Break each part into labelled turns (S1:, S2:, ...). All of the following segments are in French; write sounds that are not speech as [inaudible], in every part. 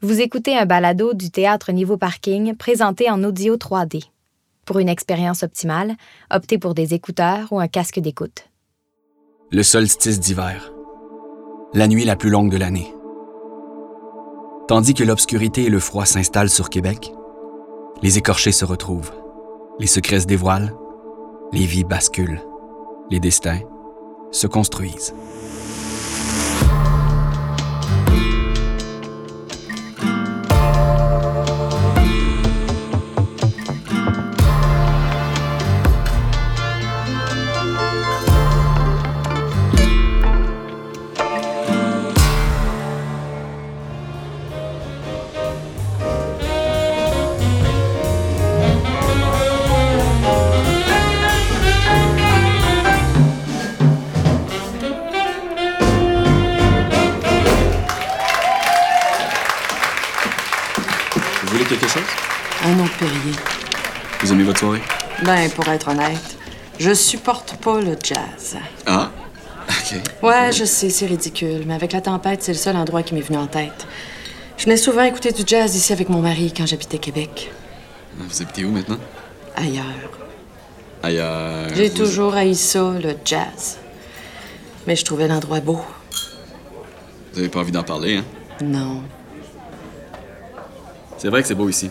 S1: Vous écoutez un balado du théâtre Niveau Parking présenté en audio 3D. Pour une expérience optimale, optez pour des écouteurs ou un casque d'écoute.
S2: Le solstice d'hiver. La nuit la plus longue de l'année. Tandis que l'obscurité et le froid s'installent sur Québec, les écorchés se retrouvent, les secrets se dévoilent, les vies basculent, les destins se construisent.
S3: Vous voulez quelque chose?
S4: Ah non, Perrier.
S3: Vous aimez votre soirée?
S4: Ben, pour être honnête, je supporte pas le jazz.
S3: Ah, [laughs] ok.
S4: Ouais, je sais, c'est ridicule, mais avec la tempête, c'est le seul endroit qui m'est venu en tête. Je venais souvent écouter du jazz ici avec mon mari quand j'habitais Québec.
S3: Vous habitez où maintenant?
S4: Ailleurs.
S3: Ailleurs.
S4: J'ai
S3: euh, vous-
S4: toujours haï ça, le jazz. Mais je trouvais l'endroit beau.
S3: Vous avez pas envie d'en parler, hein?
S4: Non.
S3: C'est vrai que c'est beau ici.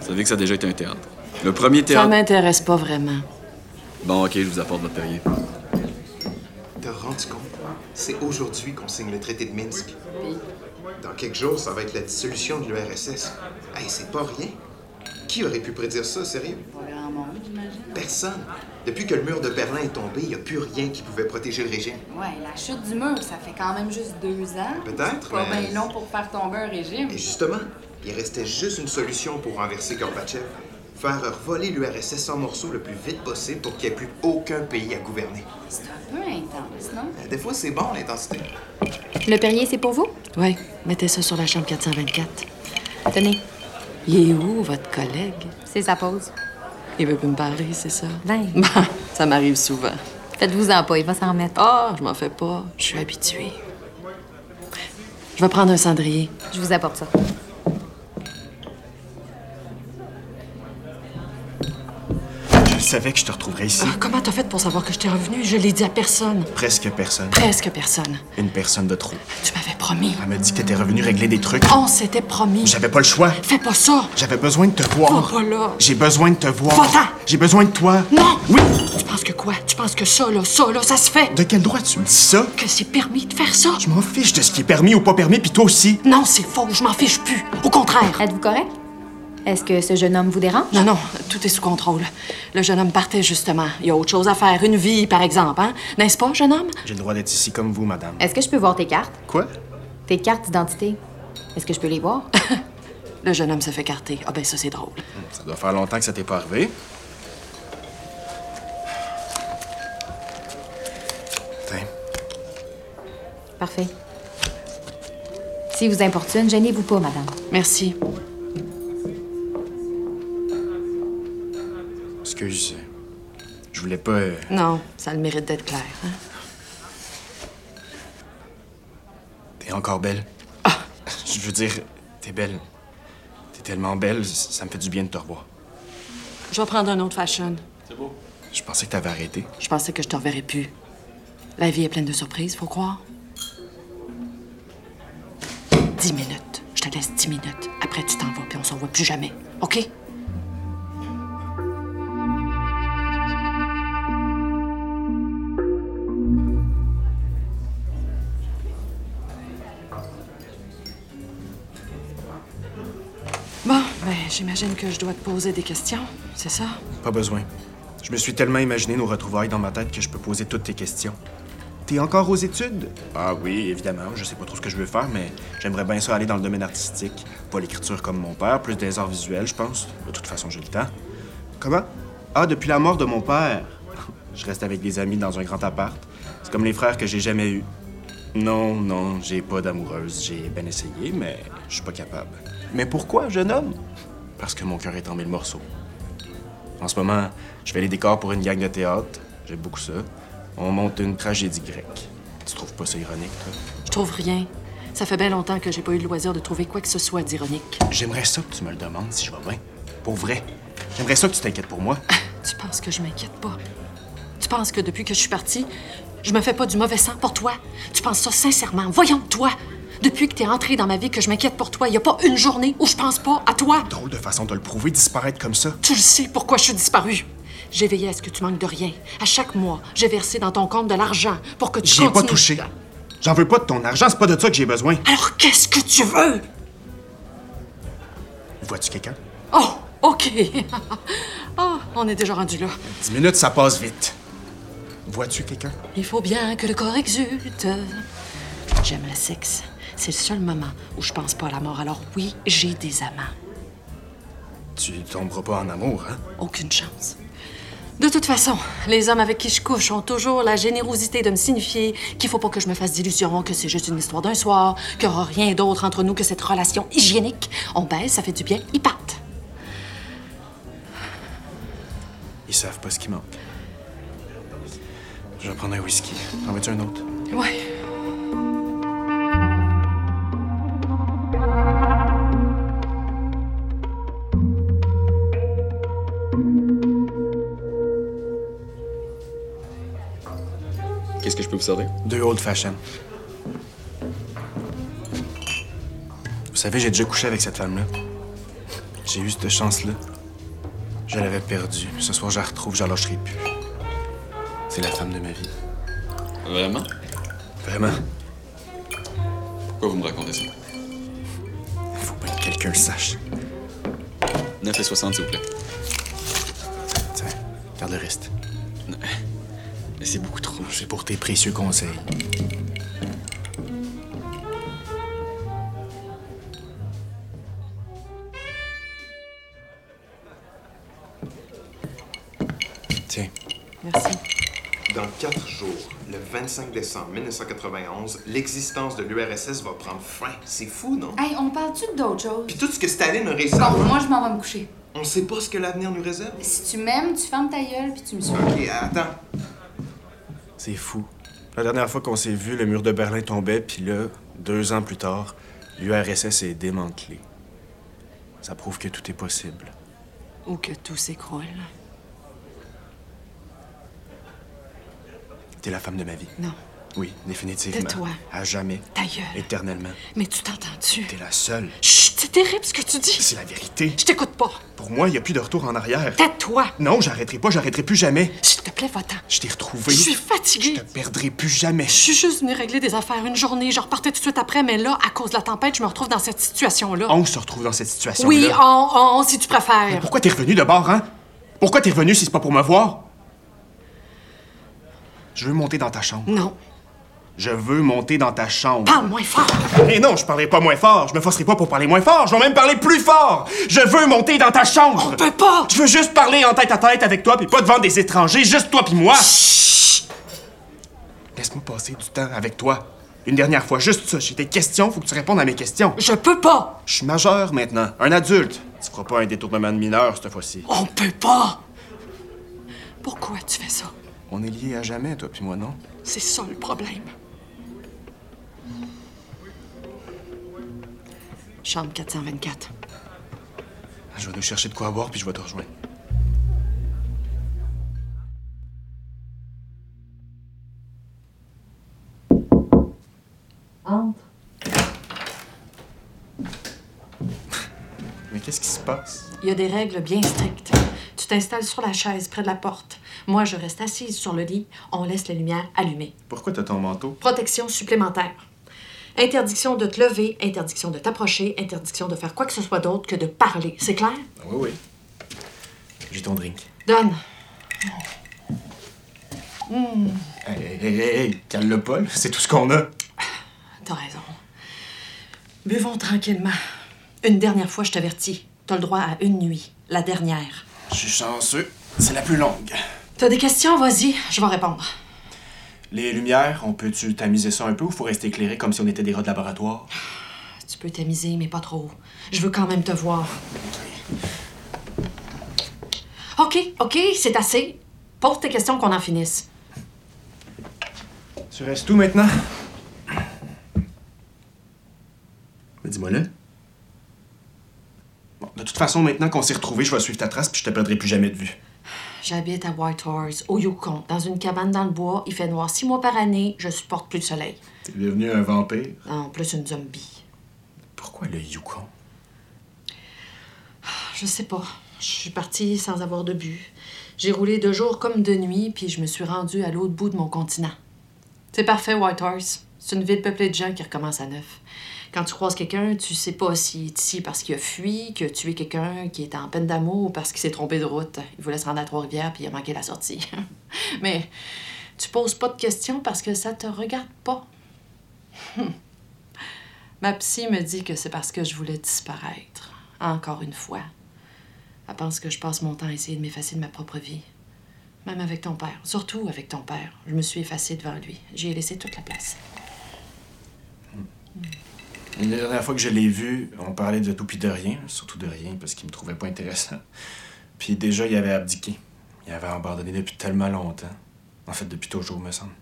S3: Vous savez que ça a déjà été un théâtre. Le premier
S4: Ça
S3: théâtre.
S4: m'intéresse pas vraiment.
S3: Bon, ok, je vous apporte votre perrier.
S5: T'as rendu compte? C'est aujourd'hui qu'on signe le traité de Minsk. Dans quelques jours, ça va être la dissolution de l'URSS. Hey, c'est pas rien. Qui aurait pu prédire ça, sérieux? Personne. Depuis que le mur de Berlin est tombé, il n'y a plus rien qui pouvait protéger le régime.
S6: Ouais, la chute du mur, ça fait quand même juste deux ans.
S5: Peut-être,
S6: C'est pas
S5: mais-
S6: bien long ben, pour faire tomber un régime.
S5: Et justement, il restait juste une solution pour renverser Gorbatchev. Faire voler l'URSS en morceaux le plus vite possible pour qu'il n'y ait plus aucun pays à gouverner. Euh,
S6: C'est un peu intense, non?
S5: Des fois, c'est bon, l'intensité.
S1: Le Perrier, c'est pour vous?
S4: Ouais, mettez ça sur la chambre 424.
S1: Tenez,
S4: Il est où, votre collègue?
S1: c'est sa pause.
S4: Il veut plus me parler, c'est ça?
S1: Ben.
S4: Ben, [laughs] ça m'arrive souvent.
S1: Faites-vous-en pas, il va s'en remettre.
S4: Ah, je m'en fais pas. Je suis habituée. Je vais prendre un cendrier.
S1: Oh, Je vous apporte ça.
S7: Je savais que je te retrouverais ici.
S4: Ah, comment t'as fait pour savoir que je t'ai revenu? Je l'ai dit à personne.
S7: Presque personne.
S4: Presque personne.
S7: Une personne de trop.
S4: Tu m'avais promis.
S7: Elle m'a dit que t'étais revenu régler des trucs.
S4: On s'était promis.
S7: J'avais pas le choix.
S4: Fais pas ça!
S7: J'avais besoin de te voir.
S4: Va pas là.
S7: J'ai besoin de te
S4: Va-t'en.
S7: voir. J'ai besoin de toi.
S4: Non!
S7: Oui.
S4: Tu penses que quoi? Tu penses que ça, là, ça, là, ça se fait?
S7: De quel droit tu me dis ça?
S4: Que c'est permis de faire ça?
S7: Je m'en fiche de ce qui est permis ou pas permis, puis toi aussi.
S4: Non, c'est faux. Je m'en fiche plus. Au contraire.
S1: Êtes-vous correct? Est-ce que ce jeune homme vous dérange?
S4: Non, non, tout est sous contrôle. Le jeune homme partait justement. Il y a autre chose à faire. Une vie, par exemple, hein? N'est-ce pas, jeune homme?
S7: J'ai le droit d'être ici comme vous, madame.
S1: Est-ce que je peux voir tes cartes?
S7: Quoi?
S1: Tes cartes d'identité? Est-ce que je peux les voir? [laughs]
S4: Le jeune homme se fait carter. Ah, ben, ça, c'est drôle.
S7: Ça doit faire longtemps que ça t'est pas arrivé. Tiens.
S1: Parfait. Si vous importune, gênez-vous pas, madame.
S4: Merci.
S7: Excuse. Je voulais pas. euh,
S4: Non, ça a le mérite d'être clair. hein.
S7: T'es encore belle.
S4: Ah.
S7: Je veux dire, t'es belle. T'es tellement belle, ça me fait du bien de te revoir.
S4: Je vais prendre un autre fashion.
S7: Je pensais que t'avais arrêté.
S4: Je pensais que je te reverrais plus. La vie est pleine de surprises, faut croire. Dix minutes. Je te laisse dix minutes. Après, tu t'en vas, puis on s'en voit plus jamais. OK? Bon, ben, j'imagine que je dois te poser des questions, c'est ça?
S7: Pas besoin. Je me suis tellement imaginé nos retrouvailles dans ma tête que je peux poser toutes tes questions. T'es encore aux études? Ah oui, évidemment. Je sais pas trop ce que je veux faire, mais j'aimerais bien ça aller dans le domaine artistique. Pas l'écriture comme mon père, plus des arts visuels, je pense. De toute façon, j'ai le temps. Comment? Ah, depuis la mort de mon père. [laughs] je reste avec des amis dans un grand appart. C'est comme les frères que j'ai jamais eus. Non, non, j'ai pas d'amoureuse. J'ai bien essayé, mais je suis pas capable. Mais pourquoi, jeune homme? Parce que mon cœur est en mille morceaux. En ce moment, je fais les décors pour une gang de théâtre. J'aime beaucoup ça. On monte une tragédie grecque. Tu trouves pas ça ironique, toi?
S4: Je trouve rien. Ça fait bien longtemps que j'ai pas eu le loisir de trouver quoi que ce soit d'ironique.
S7: J'aimerais ça que tu me le demandes si je vais bien. Pour vrai. J'aimerais ça que tu t'inquiètes pour moi.
S4: Tu penses que je m'inquiète pas? Tu penses que depuis que je suis partie, je me fais pas du mauvais sang pour toi? Tu penses ça sincèrement? Voyons, toi! Depuis que t'es entrée dans ma vie, que je m'inquiète pour toi, y a pas une journée où je pense pas à toi!
S7: Drôle de façon de le prouver, disparaître comme ça.
S4: Tu le sais pourquoi je suis disparue. J'ai veillé à ce que tu manques de rien. À chaque mois, j'ai versé dans ton compte de l'argent pour que tu
S7: J'y ai pas
S4: continues-
S7: touché. J'en veux pas de ton argent, c'est pas de ça que j'ai besoin.
S4: Alors qu'est-ce que tu veux?
S7: Vois-tu quelqu'un?
S4: Oh, OK. [laughs] Ah, on est déjà rendu là.
S7: Dix minutes, ça passe vite. Vois-tu quelqu'un?
S4: Il faut bien que le corps exulte. J'aime le sexe. C'est le seul moment où je pense pas à la mort. Alors oui, j'ai des amants.
S7: Tu tomberas pas en amour, hein?
S4: Aucune chance. De toute façon, les hommes avec qui je couche ont toujours la générosité de me signifier qu'il faut pas que je me fasse d'illusions, que c'est juste une histoire d'un soir, qu'il n'y aura rien d'autre entre nous que cette relation hygiénique. On baise, ça fait du bien, ils partent.
S7: Ils savent pas ce qui manque. Je vais prendre un whisky. En veux-tu un autre?
S4: Ouais.
S3: Qu'est-ce que je peux vous servir?
S7: Deux old fashioned. Vous savez, j'ai déjà couché avec cette femme-là. J'ai eu cette chance-là. Je l'avais perdue. Ce soir, je la retrouve, je la lâcherai plus. C'est la femme de ma vie.
S3: Vraiment?
S7: Vraiment?
S3: Pourquoi vous me racontez ça?
S7: Faut bien que quelqu'un le sache.
S3: 9 et 60, s'il vous plaît.
S7: Tiens, garde le reste.
S3: Mais c'est beaucoup trop.
S7: C'est pour tes précieux conseils. Tiens,
S4: Merci.
S5: Dans quatre jours, le 25 décembre 1991, l'existence de l'URSS va prendre fin. C'est fou, non?
S6: Hey, on parle-tu d'autre chose?
S5: Puis tout ce que Staline a réussi à
S6: Bon,
S5: faire,
S6: moi, je m'en vais me coucher.
S5: on sait pas ce que l'avenir nous réserve.
S6: Si tu m'aimes, tu fermes ta gueule puis tu me suis.
S5: Ok, attends.
S7: c'est fou. La dernière fois qu'on s'est vu, le mur de Berlin tombait, puis là, deux ans plus tard, l'URSS est démantelée. Ça prouve que tout est possible.
S4: Ou que tout s'écroule.
S7: T'es la femme de ma vie.
S4: Non,
S7: Oui, définitivement.
S4: Tais-toi.
S7: À jamais.
S4: ta gueule.
S7: Éternellement.
S4: Mais tu t'entends-tu?
S7: T'es la seule.
S4: Chut, c'est terrible ce que tu dis.
S7: C'est la vérité.
S4: Je t'écoute pas.
S7: Pour moi, il n'y a plus de retour en arrière.
S4: Tais-toi.
S7: Non, j'arrêterai pas, j'arrêterai plus jamais.
S4: S'il te plaît, va-t'en.
S7: Je t'ai retrouvé.
S4: Je suis
S7: Je
S4: fatiguée.
S7: te perdrai plus jamais.
S4: Je suis juste venue régler des affaires une journée. Je repartais tout de suite après, mais là, à cause de la tempête, je me retrouve dans cette situation-là.
S7: On se retrouve dans cette situation-là.
S4: Oui, on, on, si tu préfères.
S7: Pourquoi t'es revenu de bord, hein? Pourquoi t'es revenu si c'est pas pour me voir? Je veux monter dans ta chambre.
S4: Non,
S7: Je veux monter dans ta chambre.
S4: parle moins fort.
S7: Et non, je parlerai pas moins fort. Je me forcerai pas pour parler moins fort. Je vais même parler plus fort. Je veux monter dans ta chambre.
S4: On peut pas.
S7: Je veux juste parler en tête à tête avec toi, puis pas devant des étrangers, juste toi puis moi. Laisse-moi passer du temps avec toi. Une dernière fois, juste ça. J'ai des questions, faut que tu répondes à mes questions.
S4: Je peux pas.
S7: Je suis majeur maintenant, un adulte. Tu feras pas un détournement de mineur cette fois-ci.
S4: On peut pas. Pourquoi tu fais ça?
S7: On est liés à jamais, toi puis moi, non?
S4: C'est ça le problème. Chambre 424.
S7: Ah, Je vais nous chercher de quoi avoir, puis je vais te rejoindre. Mais qu'est-ce qui se passe?
S4: Il y a des règles bien strictes. Tu t'installes sur la chaise près de la porte. Moi, je reste assise sur le lit. On laisse les lumières allumées.
S7: Pourquoi t'as ton manteau?
S4: Protection supplémentaire. Interdiction de te lever, interdiction de t'approcher, interdiction de faire quoi que ce soit d'autre que de parler. C'est clair?
S7: Oui, Ah oui. J'ai ton drink.
S4: Donne.
S7: Hey, hey, hey, hey, hey, calme-le pas, là. c'est tout ce qu'on a.
S4: T'as raison. Buvons tranquillement. Une dernière fois, je t'avertis. T'as le droit à une nuit. La dernière.
S7: Je suis chanceux, c'est la plus longue.
S4: T'as des questions? Vas-y, je vais répondre.
S7: Les lumières, on peut-tu tamiser ça un peu ou faut rester éclairé comme si on était des rats de laboratoire?
S4: Tu peux t'amuser, mais pas trop. Je veux quand même te voir. OK, OK, c'est assez. Pose tes questions qu'on en finisse.
S7: Tu restes tout maintenant?
S2: Dis-moi-le.
S7: Bon, de toute façon, maintenant qu'on s'est retrouvés, je vais suivre ta trace puis je te perdrai plus jamais de vue.
S4: J'habite à Whitehorse, au Yukon, dans une cabane dans le bois. Il fait noir six mois par année. Je supporte plus le soleil.
S7: T'es devenu un vampire.
S4: En plus, une zombie.
S7: Pourquoi le Yukon?
S4: Je sais pas. Je suis partie sans avoir de but. J'ai roulé de jour comme de nuit, puis je me suis rendue à l'autre bout de mon continent. C'est parfait, Whitehorse. C'est une ville peuplée de gens qui recommencent à neuf. Quand tu croises quelqu'un, tu sais pas s'il est ici parce qu'il a fui, qu'il a tué quelqu'un, qui est en peine d'amour ou parce qu'il s'est trompé de route. Il voulait se rendre à Trois-Rivières puis il a manqué la sortie. [laughs] Mais tu poses pas de questions parce que ça te regarde pas. [laughs] Ma psy me dit que c'est parce que je voulais disparaître. Encore une fois. Elle pense que je passe mon temps à essayer de m'effacer de ma propre vie. Même avec ton père. Surtout avec ton père. Je me suis effacée devant lui. J'y ai laissé toute la place.
S7: La dernière fois que je l'ai vu, on parlait de tout puis de rien, surtout de rien, parce qu'il me trouvait pas intéressant. Puis déjà, il avait abdiqué. Il avait abandonné depuis tellement longtemps. En fait, depuis toujours, me semble.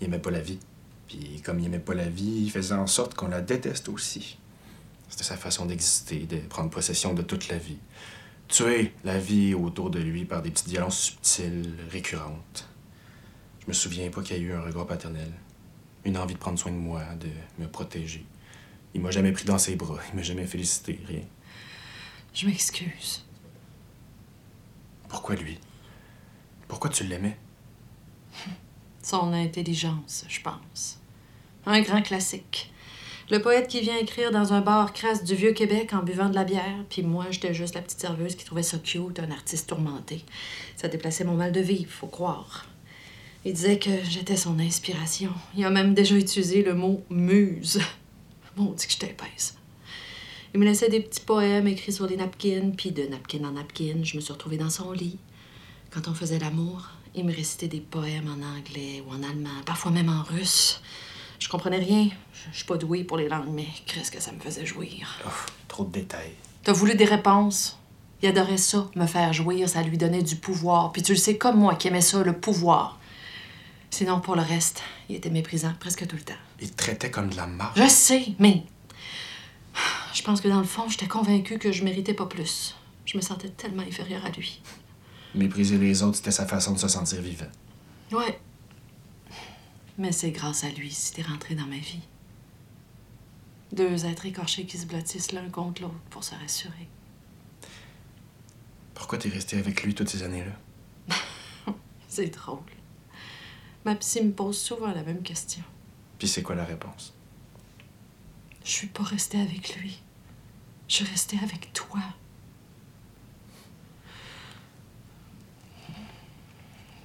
S7: Il aimait pas la vie. Puis comme il aimait pas la vie, il faisait en sorte qu'on la déteste aussi. C'était sa façon d'exister, de prendre possession de toute la vie. Tuer la vie autour de lui par des petites violences subtiles, récurrentes. Je me souviens pas qu'il y a eu un regret paternel. Une envie de prendre soin de moi, de me protéger. Il m'a jamais pris dans ses bras, il m'a jamais félicité, rien.
S4: Je m'excuse.
S7: Pourquoi lui Pourquoi tu l'aimais
S4: Son intelligence, je pense. Un grand classique. Le poète qui vient écrire dans un bar crasse du vieux Québec en buvant de la bière, puis moi, j'étais juste la petite serveuse qui trouvait ça cute, un artiste tourmenté. Ça déplaçait mon mal de vivre, faut croire. Il disait que j'étais son inspiration. Il a même déjà utilisé le mot muse. Mon Dieu, que j'étais épaisse. Il me laissait des petits poèmes écrits sur des napkins, puis de napkin en napkin, je me suis retrouvée dans son lit. Quand on faisait l'amour, il me récitait des poèmes en anglais ou en allemand, parfois même en russe. Je comprenais rien. Je- Je suis pas douée pour les langues, mais qu'est-ce que ça me faisait jouir.
S7: Oh, Trop de détails.
S4: T'as voulu des réponses? Il adorait ça, me faire jouir, ça lui donnait du pouvoir. Puis tu le sais comme moi qui aimait ça, le pouvoir. Sinon, pour le reste, il était méprisant presque tout le temps.
S7: Il te traitait comme de la marge.
S4: Je sais, mais je pense que dans le fond, j'étais convaincue que je méritais pas plus. Je me sentais tellement inférieure à lui.
S7: Mépriser les autres, c'était sa façon de se sentir vivant.
S4: Ouais. Mais c'est grâce à lui si t'es rentré dans ma vie. Deux êtres écorchés qui se blottissent l'un contre l'autre pour se rassurer.
S7: Pourquoi t'es resté avec lui toutes ces années-là
S4: C'est drôle. Ma psy me pose souvent la même question.
S7: Puis c'est quoi la réponse
S4: Je suis pas restée avec lui. Je suis restée avec toi.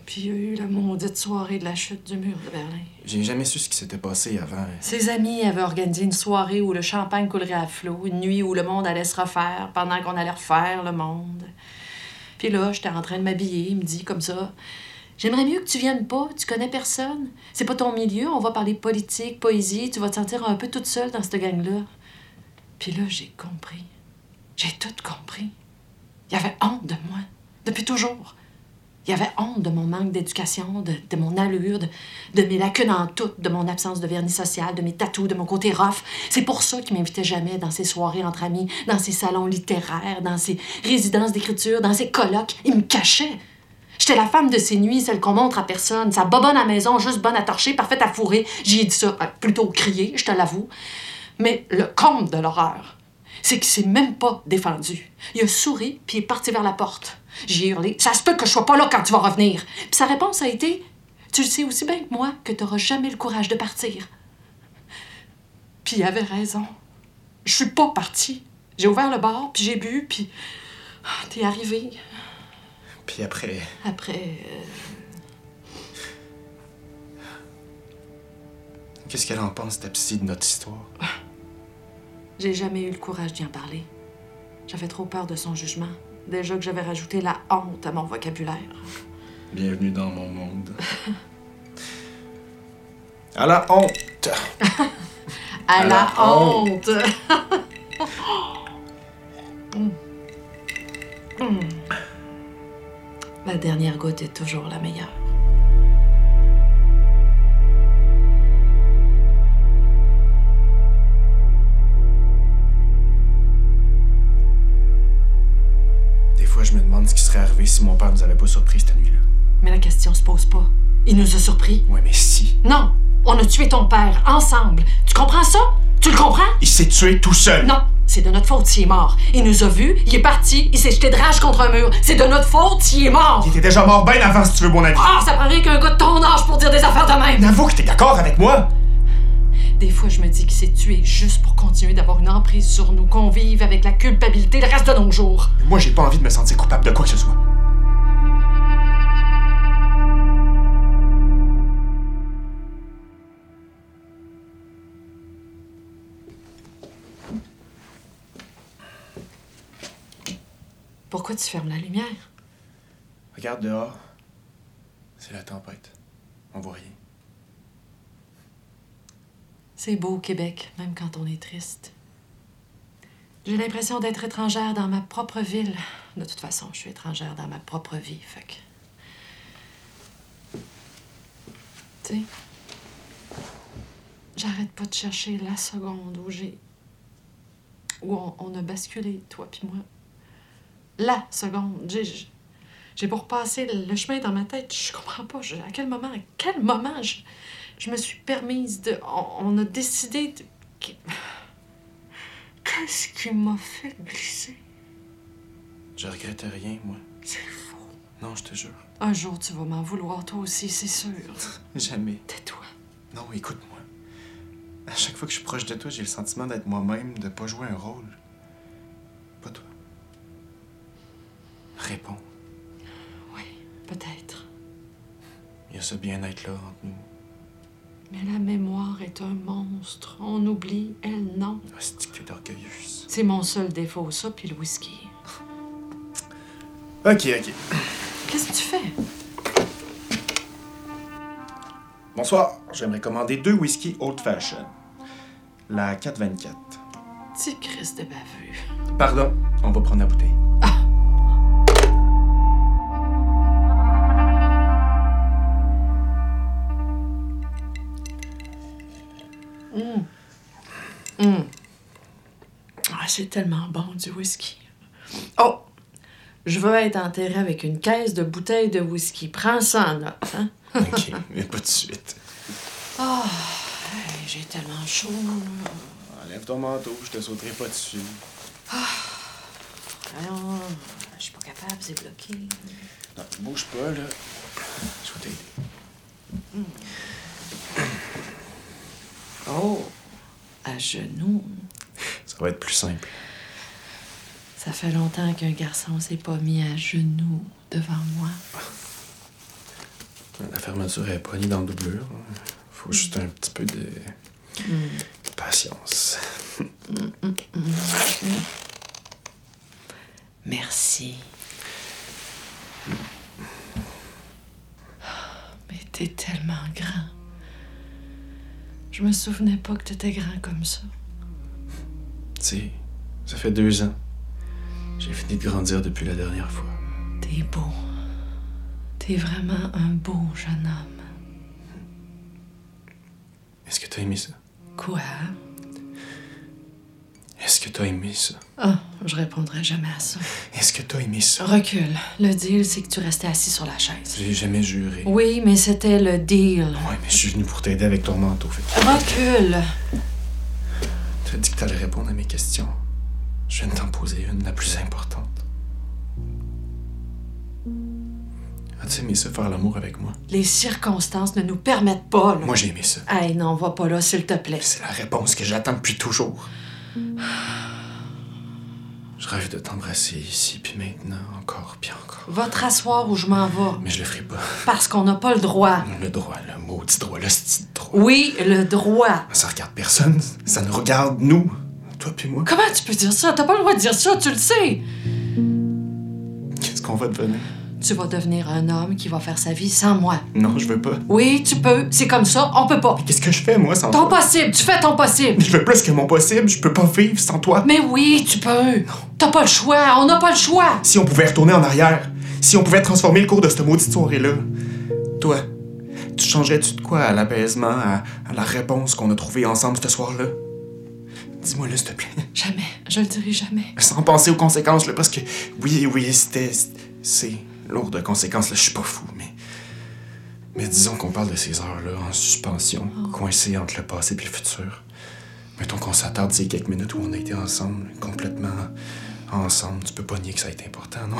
S4: Puis il y a eu la maudite soirée de la chute du mur de Berlin.
S7: J'ai jamais su ce qui s'était passé avant.
S4: Ses amis avaient organisé une soirée où le champagne coulerait à flot, une nuit où le monde allait se refaire pendant qu'on allait refaire le monde. Puis là, j'étais en train de m'habiller, il me dit comme ça J'aimerais mieux que tu viennes pas, tu connais personne. C'est pas ton milieu, on va parler politique, poésie, tu vas te sentir un peu toute seule dans cette gang-là. Puis là, j'ai compris. J'ai tout compris. Il avait honte de moi, depuis toujours. Il avait honte de mon manque d'éducation, de, de mon allure, de, de mes lacunes en tout, de mon absence de vernis social, de mes tatous, de mon côté rough. C'est pour ça qu'il m'invitait jamais dans ses soirées entre amis, dans ses salons littéraires, dans ses résidences d'écriture, dans ses colloques. Il me cachait. J'étais la femme de ses nuits, celle qu'on montre à personne. Ça bobonne à la maison, juste bonne à torcher, parfaite à fourrer. J'y ai dit ça, euh, plutôt crier, je te l'avoue. Mais le comble de l'horreur, c'est qu'il s'est même pas défendu. Il a souri, puis il est parti vers la porte. J'ai hurlé Ça se peut que je sois pas là quand tu vas revenir. Puis sa réponse a été Tu le sais aussi bien que moi que t'auras jamais le courage de partir. Puis il avait raison. Je suis pas partie. J'ai ouvert le bar, puis j'ai bu, puis. Ah, T'es arrivé.
S7: Puis après,
S4: Après. euh,
S7: qu'est-ce qu'elle en pense, ta psy, de notre histoire
S4: J'ai jamais eu le courage d'y en parler. J'avais trop peur de son jugement. Déjà que j'avais rajouté la honte à mon vocabulaire.
S7: Bienvenue dans mon monde. à la honte
S4: À,
S7: À
S4: la,
S7: la
S4: honte! Hum. Hum. La dernière goutte est toujours la meilleure.
S7: fois, je me demande ce qui serait arrivé si mon père nous avait pas surpris cette nuit-là.
S4: Mais la question se pose pas. Il nous a surpris.
S7: Ouais, mais si.
S4: Non, on a tué ton père, ensemble. Tu comprends ça? Tu le comprends?
S7: Il s'est tué tout seul!
S4: Non, c'est de notre faute s'il est mort. Il nous a vus, il est parti, il s'est jeté de rage contre un mur. C'est de notre faute s'il est mort!
S7: Il était déjà mort bien avant, si tu veux mon avis.
S4: Ah, ça paraît qu'un gars de ton âge pour dire des affaires de même!
S7: N'avoue que t'es d'accord avec moi!
S4: Des fois, je me dis qu'il s'est tué juste pour continuer d'avoir une emprise sur nous, qu'on vive avec la culpabilité le reste de nos jours.
S7: Moi, j'ai pas envie de me sentir coupable de quoi que ce soit.
S4: Pourquoi tu fermes la lumière?
S7: Regarde dehors. C'est la tempête. On voit rien.
S4: C'est beau au Québec, même quand on est triste. J'ai l'impression d'être étrangère dans ma propre ville. De toute façon, je suis étrangère dans ma propre vie, fait que... Tu sais, j'arrête pas de chercher la seconde où j'ai... où on, on a basculé, toi puis moi. La seconde, j'ai... j'ai- J'ai pour passer le chemin dans ma tête, je comprends pas. je- à quel moment, à quel moment je, je me suis permise de. On, on a décidé de. qu'est- Qu'est-ce qui m'a fait glisser?
S7: Je regrette rien, moi.
S4: C'est faux.
S7: Non, je te jure.
S4: Un jour, tu vas m'en vouloir, toi aussi, c'est sûr.
S7: Jamais.
S4: Tais-toi.
S7: Non, écoute-moi. À chaque fois que je suis proche de toi, j'ai le sentiment d'être moi-même, de pas jouer un rôle. Pas toi. Réponds.
S4: Oui, peut-être.
S7: Il y a ce bien-être-là entre nous.
S4: Mais la mémoire est un monstre. On oublie, elle, non.
S7: Ah, c'est que t'es orgueilleuse.
S4: C'est mon seul défaut, ça, puis le whisky.
S7: Ok, ok.
S4: Qu'est-ce que tu fais?
S7: Bonsoir. J'aimerais commander deux whisky old fashioned. La 424.
S4: Petit Christ de baveux.
S7: Pardon, on va prendre la bouteille.
S4: Ah, c'est tellement bon du whisky. Oh! Je veux être enterré avec une caisse de bouteilles de whisky. Prends ça en note, hein?
S7: [laughs] Ok, mais pas de suite.
S4: Hey, J'ai tellement chaud.
S7: Enlève ton manteau, je te sauterai pas dessus.
S4: Voyons, je suis pas capable, c'est bloqué.
S7: Non, bouge pas, là. Je vais t'aider.
S4: Oh! À genoux.
S7: Ça va être plus simple.
S4: Ça fait longtemps qu'un garçon s'est pas mis à genoux devant moi.
S7: La fermeture est pognée dans le doublure. hein. Faut juste un petit peu de patience.
S4: Merci. Mais t'es tellement grand. Je me souvenais pas que t'étais grand comme ça.
S7: Tu sais, ça fait deux ans. J'ai fini de grandir depuis la dernière fois.
S4: T'es beau. T'es vraiment un beau jeune homme.
S7: Est-ce que t'as aimé ça?
S4: Quoi?
S7: Est-ce que t'as aimé ça?
S4: Ah, je répondrai jamais à ça.
S7: Est-ce que t'as aimé ça?
S4: Recule. Le deal, c'est que tu restais assis sur la chaise.
S7: J'ai jamais juré.
S4: Oui, mais c'était le deal.
S7: Ouais, mais je suis venu pour t'aider avec ton manteau. Fait que
S4: Recule.
S7: t'as dit que t'allais répondre à mes questions. Je viens de t'en poser une, la plus importante. As-tu aimé ça faire l'amour avec moi?
S4: Les circonstances ne nous permettent pas, là.
S7: Moi, j'ai aimé ça.
S4: Hey, non, va pas là, s'il te plaît.
S7: C'est la réponse que j'attends depuis toujours. Je rêve de t'embrasser ici, puis maintenant, encore, puis encore.
S4: Va te rasseoir où je m'en vais.
S7: Mais je le ferai pas.
S4: Parce qu'on n'a pas le droit.
S7: Le droit, le maudit droit, le style droit.
S4: Oui, le droit.
S7: Ça regarde personne, ça nous regarde, nous. Toi puis moi.
S4: Comment tu peux dire ça? T'as pas le droit de dire ça, tu le sais.
S7: Qu'est-ce qu'on va devenir?
S4: Tu vas devenir un homme qui va faire sa vie sans moi.
S7: Non, je veux pas.
S4: Oui, tu peux. C'est comme ça, on peut pas.
S7: Qu'est-ce que je fais, moi, sans
S4: Ton
S7: toi?
S4: possible, tu fais ton possible.
S7: Je veux plus que mon possible, je peux pas vivre sans toi.
S4: Mais oui, tu peux. T'as pas le choix, on n'a pas le choix.
S7: Si on pouvait retourner en arrière, si on pouvait transformer le cours de cette maudite soirée-là. Toi, tu changerais-tu de quoi à l'apaisement, à, à la réponse qu'on a trouvée ensemble ce soir-là? Dis-moi-le, s'il te plaît.
S4: Jamais. Je le dirai jamais.
S7: Sans penser aux conséquences, là, parce que oui, oui, c'était. C'est lourd de conséquences, là, je suis pas fou, mais. Mais disons qu'on parle de ces heures-là en suspension, coincées entre le passé puis le futur. Mettons qu'on s'attarde ces quelques minutes où on a été ensemble, complètement ensemble. Tu peux pas nier que ça a été important, non?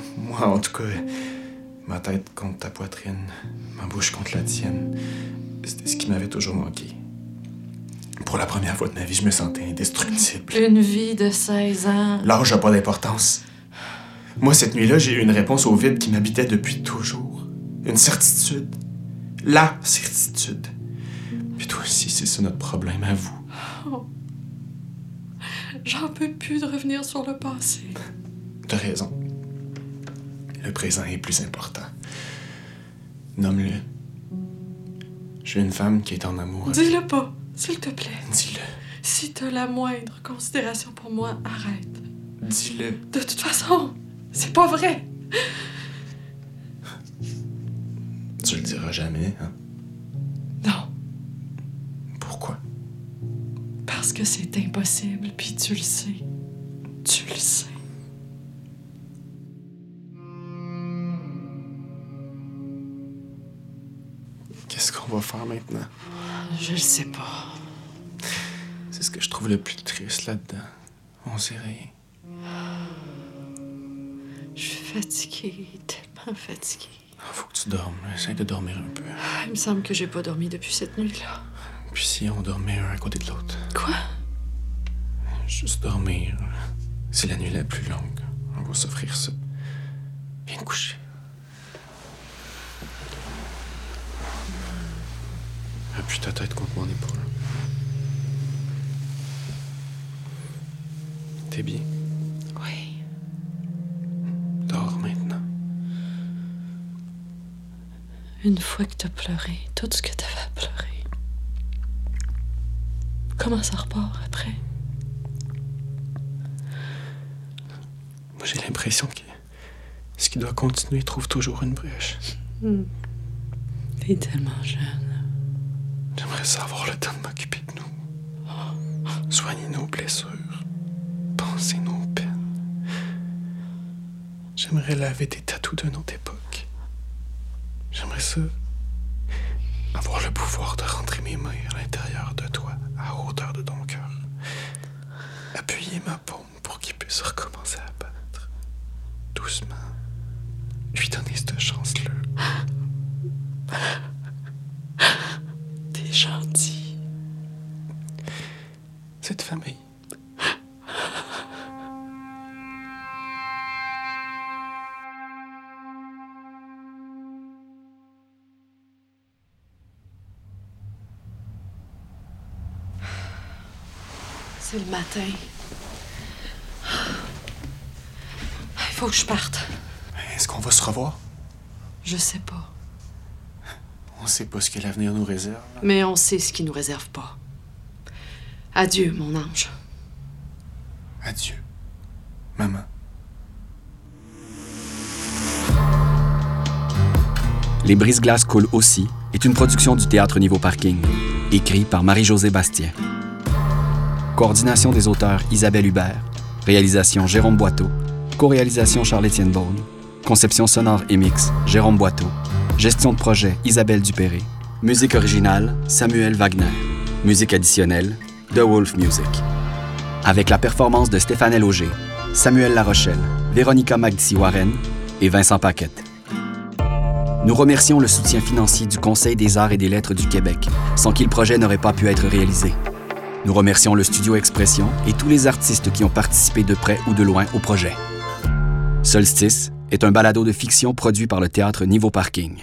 S7: [laughs] Moi, en tout cas, ma tête contre ta poitrine, ma bouche contre la tienne, c'était ce qui m'avait toujours manqué. Pour la première fois de ma vie, je me sentais indestructible.
S4: Une vie de 16 ans.
S7: L'âge n'a pas d'importance. Moi, cette nuit-là, j'ai eu une réponse au vide qui m'habitait depuis toujours. Une certitude. La certitude. Puis toi aussi, c'est ça notre problème à vous.
S4: J'en peux plus de revenir sur le passé.
S7: T'as raison. Le présent est plus important. Nomme-le. Je suis une femme qui est en amour. avec-
S4: Dis-le pas, s'il te plaît.
S7: Dis-le.
S4: Si t'as la moindre considération pour moi, arrête.
S7: Dis-le.
S4: De toute façon, c'est pas vrai.
S7: Tu le diras jamais, hein?
S4: Non,
S7: Pourquoi?
S4: parce que c'est impossible, puis tu le sais. Tu le sais.
S7: Qu'est-ce qu'on va faire maintenant?
S4: Je le sais pas.
S7: C'est ce que je trouve le plus triste là-dedans. On sait rien.
S4: Je suis fatiguée, tellement fatiguée.
S7: Faut que tu dormes. Essaye de dormir un peu.
S4: Ah, Il me semble que j'ai pas dormi depuis cette nuit-là.
S7: Puis si on dormait un à côté de l'autre.
S4: Quoi?
S7: Juste dormir. C'est la nuit la plus longue. On va s'offrir ça. Viens te coucher. Appuie ta tête contre mon épaule. T'es bien.
S4: Oui.
S7: Dors maintenant.
S4: Une fois que t'as pleuré, tout ce que t'avais à pleurer, comment ça repart après?
S7: Moi, j'ai l'impression que ce qui doit continuer trouve toujours une brèche.
S4: T'es tellement jeune.
S7: J'aimerais ça avoir le temps de m'occuper de nous. Soigner nos blessures. Penser nos peines. J'aimerais laver des tatous de notre époque. J'aimerais ça. Avoir le pouvoir de rentrer mes mains à l'intérieur de toi, à hauteur de ton cœur. Appuyer ma paume pour qu'il puisse recommencer à battre. Doucement. Lui donner cette chance-là.
S4: T'es gentil.
S7: Cette famille.
S4: C'est le matin. Il faut que je parte.
S7: Est-ce qu'on va se revoir?
S4: Je sais pas.
S7: On sait pas ce que l'avenir nous réserve.
S4: Mais on sait ce qui nous réserve pas. Adieu, mon ange.
S7: Adieu, maman.
S2: Les brises-glaces coulent aussi est une production du Théâtre Niveau Parking, écrit par Marie-Josée Bastien. Coordination des auteurs Isabelle Hubert, réalisation Jérôme Boiteau, co-réalisation Charles-Étienne Beaune, conception sonore et mix Jérôme Boiteau, gestion de projet Isabelle Dupéré, musique originale Samuel Wagner, musique additionnelle The Wolf Music. Avec la performance de Stéphane Auger, Samuel Larochelle, Véronica Magdi-Warren et Vincent Paquette. Nous remercions le soutien financier du Conseil des arts et des lettres du Québec, sans qui le projet n'aurait pas pu être réalisé. Nous remercions le Studio Expression et tous les artistes qui ont participé de près ou de loin au projet. Solstice est un balado de fiction produit par le théâtre Niveau Parking.